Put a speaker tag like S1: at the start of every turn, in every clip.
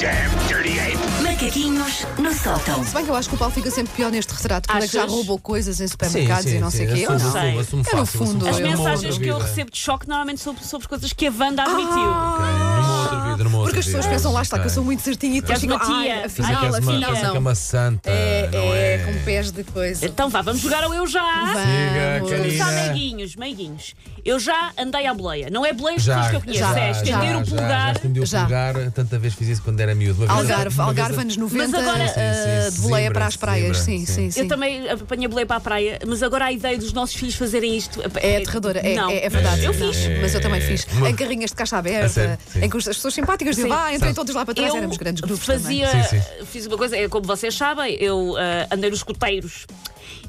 S1: damn dirty ape!
S2: Macaquinhos no sótão.
S3: Se bem que eu acho que o Paulo fica sempre pior neste retrato, quando é que já
S4: Achas?
S3: roubou coisas em supermercados e não sei o quê. ou
S5: assumo,
S3: não?
S5: assumo,
S4: sei.
S3: É
S5: assumo
S3: no
S5: fácil, assumo
S3: fundo,
S4: As
S3: Foi
S5: fácil.
S3: uma
S4: mensagens
S5: Numa
S4: que eu
S5: outra vida.
S4: recebo de choque normalmente sobre, sobre coisas que a Wanda admitiu.
S3: Ah!
S5: Ok, numa outra vida, numa outra
S3: Porque as pessoas
S5: vida,
S3: pensam, lá está, que eu
S5: ok.
S3: sou muito certinha e depois
S4: És uma
S3: ficam,
S4: tia.
S3: "Ai,
S5: Mas é que
S3: afinal,
S5: és uma-
S3: afinal
S5: mas é que é
S3: não.
S5: uma santa. não
S3: É,
S5: é,
S3: é, com pés de coisa.
S4: Então vá, vamos jogar ao eu já.
S5: Siga,
S3: Vamos.
S4: Vamos Começar
S5: Karina.
S4: meiguinhos, meiguinhos. Eu já andei à boleia. Não é boleias
S5: Já,
S4: pessoas que eu conheço,
S5: já,
S4: é estender
S5: já,
S4: o
S5: já, Já
S4: polegar.
S5: estendi o
S3: Já.
S5: polegar, tanta vez fiz isso quando era miúdo. Uma vez-
S3: Algarve,
S5: uma vez-
S3: Algarve, anos 90,
S4: agora,
S3: eh,
S5: sim, sim,
S3: de boleia
S5: Zimbra,
S3: para as praias.
S5: Zimbra,
S3: Sim, sim,
S5: sim.
S3: sim.
S4: Eu também apanhei boleia para a praia, mas agora a ideia dos nossos filhos fazerem isto
S3: É aterradora, é,
S4: não.
S3: é, é verdade.
S4: Eu
S3: Não,
S4: fiz.
S3: Mas eu também fiz.
S5: Uma-
S3: Em carrinhas de caixa
S5: A
S3: aberta,
S5: sério, sim.
S3: em que as pessoas simpáticas
S4: Sim.
S3: diziam, vá, entrem todos lá para trás, éramos grandes grupos.
S4: fazia,
S5: também. Sim,
S4: fiz uma coisa, é, como vocês sabem, eu ah, andei nos escuteiros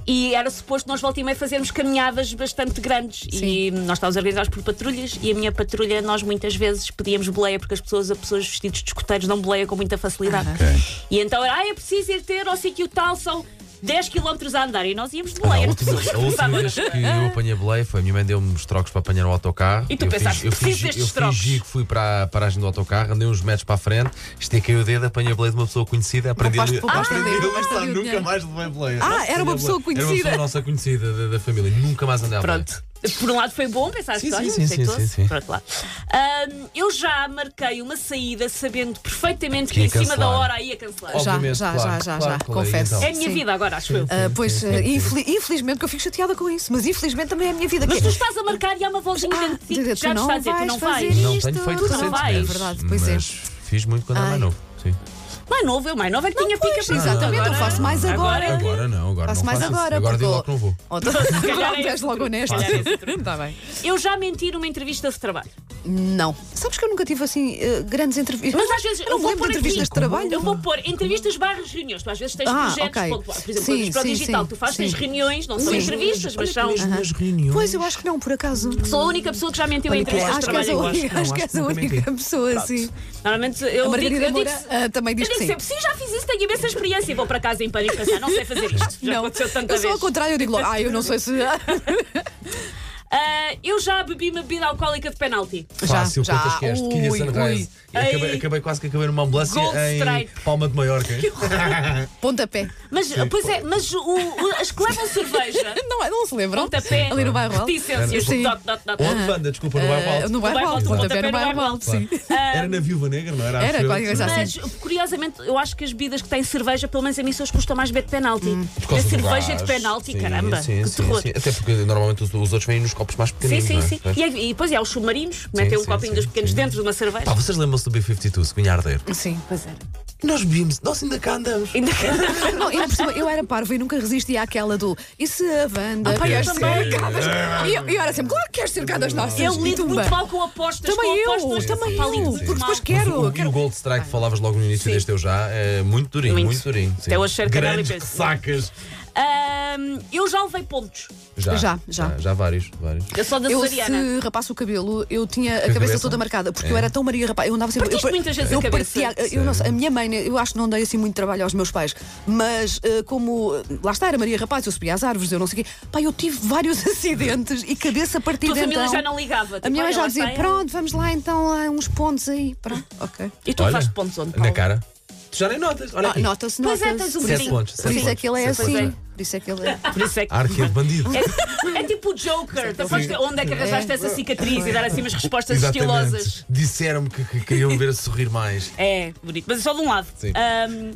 S4: e era suposto nós volta e meia fazermos caminhadas bastante grandes e nós estávamos organizados por patrulhas e a minha patrulha nós muitas vezes pedíamos boleia porque as pessoas, as pessoas vestidas de escuteiros dão boleia com muita facilidade. E então era, ah, é preciso ir ter ao sítio tal, são 10 km a andar e nós íamos de
S5: Ah,
S4: boleia.
S5: a, última,
S4: Pessoas
S5: a última
S4: começavam-
S5: vez que eu apanhei boleia foi a minha mãe deu-me os trocos para apanhar o autocarro.
S4: E tu
S5: eu
S4: pensaste,
S5: fingi- eu
S4: preciso
S5: fingi,
S4: destes
S5: eu
S4: trocos.
S5: fingi que fui para a paragem do autocarro, andei uns metros para a frente, estiquei o dedo, apanhei a boleia de uma pessoa conhecida, aprendi
S3: Poupaste-
S5: a-
S3: poupaste
S5: aprendi
S3: o dedo,
S5: a
S3: mas
S5: usar,
S3: também o
S5: nunca
S3: dinheiro.
S5: mais levei boleia.
S3: Ah,
S5: Nunca
S3: era uma
S5: levei
S3: pessoa
S5: boleia. Era
S3: conhecida.
S5: uma pessoa nossa conhecida da, da família, nunca mais andei à boleia.
S4: Pronto. Por um lado foi bom pensar
S5: Sim,
S4: assim, olha,
S5: sim,
S4: não
S5: sim,
S4: sei
S5: sim,
S4: todo.
S5: sim, sim.
S4: Por outro lado. Ahm, eu já marquei uma saída sabendo perfeitamente que,
S5: Que ia
S4: em cima da
S5: cancelar.
S4: hora ia cancelar.
S5: Ó,
S3: Já,
S5: Obviamente,
S3: já,
S5: claro,
S3: já, já,
S5: claro,
S3: já,
S5: claro,
S3: confesso.
S5: então.
S4: É a minha
S3: Sim.
S4: vida agora, acho eu.
S3: Ah, pois,
S5: sim, sim, sim.
S3: infeli- infelizmente, que eu fico chateada com isso, mas infelizmente também é a minha vida.
S4: Mas
S3: que
S4: tu
S3: é-
S4: estás a marcar e há uma vozinha
S3: Ah,
S4: dentro de ti
S3: dizer,
S4: que já
S3: tu
S4: te está a
S3: não
S4: dizer, tu não
S3: vais
S4: vais.
S3: fazer
S5: Não
S3: isto.
S5: tenho feito
S4: Tu não
S5: recentemente.
S4: vais.
S5: mas-
S3: É verdade, pois é.
S5: mas Fiz muito quando era
S3: Ai.
S5: mais novo. Sim.
S4: Mais novo, eu mais nova é que tinha pica para
S3: exatamente,
S4: agora.
S3: eu faço mais agora.
S5: Agora não, agora
S3: Faço
S5: não
S3: mais
S5: faço
S3: agora,
S5: isso. Agora
S3: porque
S5: digo
S3: eu-
S5: logo que não vou.
S3: Ou tu- Pronto,
S4: calhar é
S3: és
S4: esse
S3: logo
S4: truque.
S3: honesto.
S4: Se calhar é esse
S3: Está bem.
S4: Eu já menti numa entrevista de trabalho.
S3: Não. Sabes que eu nunca tive assim eh, grandes entrevistas.
S4: Mas às vezes
S3: eu não me
S4: vou
S3: lembro
S4: pôr
S3: de entrevistas
S4: aqui.
S3: de trabalho.
S4: Eu vou pôr entrevistas barras reuniões. Tu às vezes tens
S3: Ah,
S4: projetos
S3: ok.
S4: pontuais. Por exemplo,
S3: Sim,
S4: coisas para o
S3: sim,
S4: digital
S3: sim.
S4: que tu fazes,
S3: Sim.
S4: tens reuniões, não são entrevistas, mas são.
S5: Nas reuniões.
S3: Pois eu acho que não, por acaso.
S4: Sou a única pessoa que já mentiu em
S3: Olha,
S4: entrevistas de
S3: acho que és
S4: trabalho. é
S3: a
S4: eu acho.
S3: única, acho que és a
S5: nunca menti.
S3: única pessoa assim.
S4: Normalmente
S3: A
S4: eu digo,
S3: Margarida
S4: eu digo,
S3: Moura ah, também
S4: eu
S3: diz que
S4: digo
S3: sim.
S4: sempre, sim, já fiz isso, tenho imensa experiência e vou para casa em pânico pensar, não sei fazer isto. Já
S3: não,
S4: aconteceu tanta
S3: eu sou ao
S4: vez.
S3: contrário, eu digo logo, ah, eu não sei se.
S4: Ah, eu já bebi uma bebida alcoólica de penalti.
S5: Fácil,
S3: já,
S5: quantas que és?
S3: já.
S5: De
S3: Ui,
S5: Quilha
S3: ui.
S5: Sunrise. Eu Acabei,
S4: Ei.
S5: acabei quase que acabei numa ambulância
S4: Gold
S5: em
S4: strike.
S5: Palma de Maiorca.
S3: Pontapé.
S4: Mas, pois é, mas o- o- as que levam cerveja,
S3: Não, é, não se lembram?
S4: pontapé,
S3: Ali no bairro Alto.
S4: reticências,
S3: Sim.
S4: dot, dot, dot.
S5: Onde, Wanda? Desculpa, É, no bairro
S3: Ah,
S5: alto.
S3: No bairro
S4: bairro
S3: Alto,
S4: Alto,
S3: pontapé no bairro Alto,
S4: Claro.
S3: sim.
S5: Era na Viúva Negra, não era?
S3: Era
S5: Acho eu.
S3: qualquer coisa assim.
S4: Mas, curiosamente, eu acho que as bebidas que têm cerveja, pelo menos a mim, só as custam mais beber de penalti.
S3: Hum.
S5: Por
S4: Na
S5: causa do
S4: cerveja
S5: gás.
S4: de penalti,
S5: Sim,
S4: caramba.
S5: Sim,
S4: que
S5: sim,
S4: terror.
S5: sim. Até porque normalmente os, os outros vêm nos copos mais
S4: Sim,
S5: pequeninos.
S4: sim,
S5: não é?
S4: sim. E, aí- e depois há os submarinos, metem um
S5: sim,
S4: copinho
S5: sim,
S4: dos pequenos
S5: sim. Tá.
S4: dentro de uma cerveja.
S5: Pá, vocês lembram-se do B-52, se Cunhardeiro?
S3: Sim.
S4: Pois era.
S5: Nós vimos, nós ainda cá andamos.
S4: Ainda que-
S3: Não, ainda por cima, eu era parva e nunca resistia àquela do e se a Wanda
S4: Ah, pá, eu
S3: quer
S4: também.
S3: ser cercadas? E eu, e eu era sempre, claro que queres cercadas nossas.
S4: Eu
S3: E
S4: lido
S3: tumba.
S4: muito mal com apostas.
S3: Também
S4: com
S3: eu,
S4: apostas,
S3: também
S4: pá, lido
S3: eu,
S4: muito
S3: porque
S4: mal.
S3: depois
S5: Mas o-
S3: quero.
S5: e
S3: quero...
S5: o Gold Strike que falavas logo no início
S4: Sim.
S5: deste eu já é muito durinho,
S4: Muito.
S5: muito, durinho.
S4: Até hoje cerca dela e
S5: Grandes
S4: penso.
S5: sacas.
S4: Ahm, eu já levei pontos.
S5: Já,
S3: Já, já.
S5: Já vários, vários.
S4: Eu sou da
S3: Eu,
S4: cesariana.
S3: se rapasse o cabelo, eu tinha a
S5: a
S3: cabeça
S5: cabeça?
S3: toda marcada, porque
S5: É.
S3: eu era tão Maria Rapaz. Eu andava sempre.
S4: Partiste
S3: eu, par-
S4: muitas vezes a
S3: eu
S4: cabeça?
S3: partia- eu não sei, a minha mãe, eu acho que não dei assim muito trabalho aos meus pais, mas eh, como eh, lá está, era Maria Rapaz, eu subia às árvores, eu não sei o quê. Pá, eu tive vários acidentes e cabeça partida.
S4: Tua família
S3: então.
S4: já não ligava. tipo,
S3: A minha mãe já dizia:
S4: pronto.
S3: pronto, vamos lá então, lá uns pontos aí. Pronto, ok.
S4: E tu
S5: Olha,
S4: fazes pontos onde?
S5: Na
S4: Paulo?
S5: cara. Tu já nem notas. Olha
S3: Ah,
S5: aqui.
S3: Nota-se,
S4: Pois
S3: nota-se.
S4: é, tens um
S5: Sete
S4: bocadinho.
S5: pontos.
S3: Por
S5: sete
S3: isso é que ele é
S5: pontos, sete
S3: assim.
S5: pontos.
S3: Por isso é que ele é.
S4: Por isso é que.
S5: Arqueiro de bandido.
S4: É, é tipo o Joker. Tu foste- onde é que arranjaste essa cicatriz e dar assim umas respostas estilosas?
S5: Disseram-me que, que queriam ver sorrir mais.
S4: É, bonito. Mas é só de um lado.
S5: Sim.
S4: Ahm,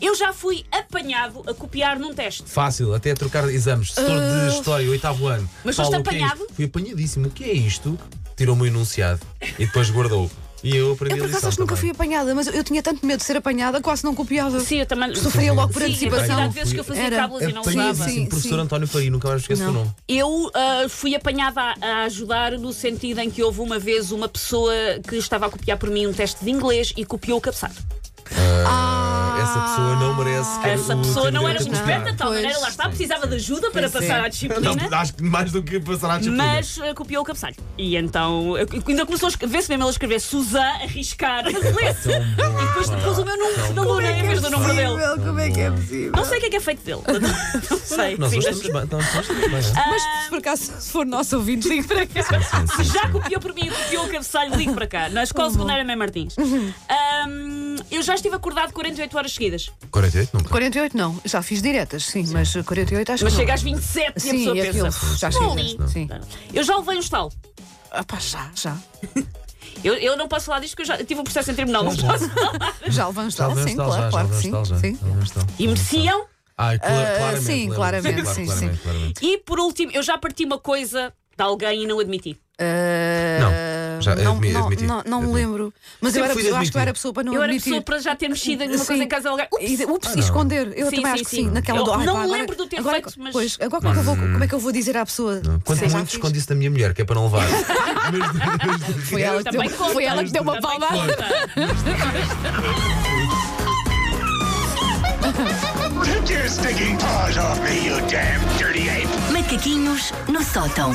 S4: eu já fui apanhado a copiar num teste.
S5: Fácil, até trocar exames. Setor
S3: Ah.
S5: de História, oitavo ano.
S4: Mas
S5: Paulo,
S4: foste
S5: o que é
S4: apanhado?
S5: isto? Fui apanhadíssimo. O que é isto? Tirou-me o enunciado e depois guardou. E eu aprendi
S3: Eu por
S5: a lição
S3: acaso acho que nunca fui
S5: também.
S3: apanhada, mas eu- eu tinha tanto medo de ser apanhada, quase não copiava.
S4: Sim, eu também.
S3: Sofria logo por
S4: Sim,
S3: antecipação.
S4: A quantidade de vezes que eu fazia
S3: Era.
S4: cábulas e não usava.
S5: Apanhadíssimo.
S3: Sim,
S5: assim, Professor
S3: sim.
S5: António Faria, nunca mais esqueço o
S3: Não.
S5: nome.
S4: Eu ah, fui apanhada a, a ajudar no sentido em que houve uma vez uma pessoa que estava a copiar por mim um teste de inglês e copiou o cabeçado.
S5: Ah, Essa pessoa não
S3: Ah.
S5: merece. que
S4: Essa
S5: o
S4: pessoa
S5: ter
S4: não
S5: direito
S4: era
S5: a copiar.
S4: esperta de tal
S3: Pois.
S4: maneira, lá está, precisava de ajuda para passar à
S3: tá?
S4: disciplina.
S5: Não, acho que mais do que passar à disciplina.
S4: Mas eh, copiou o cabeçalho. E então, eh, ainda começou a escrever, se mesmo ela escrever Suzanne, arriscar, lê-se.
S5: Tão bom,
S4: E depois
S5: pá.
S4: pôs o meu número
S5: Tão
S4: na
S5: bom.
S4: luna em vez do número dele.
S3: como é que é possível?
S4: Não sei o que é que é feito dele. Não sei.
S5: Nós
S4: Sim,
S5: hoje estamos bem. Nós hoje estamos bem. não é?
S3: Mas se por acaso se for nosso ouvinte, ligue para cá.
S5: Sim, sim,
S4: Se
S5: sim,
S4: já
S5: sim.
S4: copiou por mim e copiou o cabeçalho, ligue para cá. Na Escola Secundária Mãe Martins. Ahm, eu já estive acordado 48 horas seguidas.
S5: 48 nunca.
S3: 48 não, já fiz diretas, sim, mas eh, 48 acho
S4: Mas
S3: que
S4: chega
S3: não.
S4: às 27 e a
S3: Sim,
S4: pessoa
S3: é
S4: pensa.
S3: aquilo. Já
S4: "Fully".
S3: chega. Sim.
S4: Eu já levei um estalo.
S3: Ah, pá, já, já.
S4: Eu, eu não posso falar disto porque eu já tive um processo em tribunal. Não posso.
S3: Já levamos
S5: Já
S3: tal,
S5: levamos
S3: sim,
S5: tal,
S3: claro,
S5: já,
S3: claro
S5: já
S3: que sim.
S5: levamos tal, já,
S3: sim.
S5: já levamos tal.
S4: E mereciam.
S5: Ah, cla-
S3: Ah,
S5: claramente.
S3: sim, claramente,
S5: claro,
S3: sim,
S5: claramente,
S3: sim.
S5: claramente.
S4: E por último, eu já parti uma coisa de alguém e não admiti.
S3: Ah,
S5: Não, já
S3: não,
S5: admi-
S3: não,
S5: admiti,
S3: não, não me
S5: admiti.
S3: lembro. Mas eu,
S5: Sempre
S3: era,
S5: fui
S3: eu acho que eu
S5: admitir.
S3: era pessoa para não
S4: eu era
S3: admitir.
S4: pessoa para já ter mexido em uma
S3: Sim.
S4: coisa em casa de alguém. Ups!
S3: E, ups,
S5: Ah,
S3: e
S5: não.
S3: esconder. Eu também
S4: Sim, sim,
S3: acho que
S4: sim.
S3: sim. Naquela
S4: Eu
S3: do, ai,
S4: não
S3: pá,
S4: me
S3: agora-
S4: lembro de o ter
S3: agora,
S4: feito, mas-
S3: Pois, agora como é, que eu vou, como é que eu vou dizer à pessoa?
S5: Quanto
S3: "Sim, já
S5: muito
S3: fiz"?
S5: escondi isso da minha mulher, que é para não levar. Mas- mas-
S3: Foi ela que
S4: Também
S3: deu,
S4: conta.
S3: foi ela que deu uma
S4: Também
S3: palma.
S4: conta.
S1: Take your stinking paws off me, you damn dirty ape!
S2: Macaquinhos no sótão.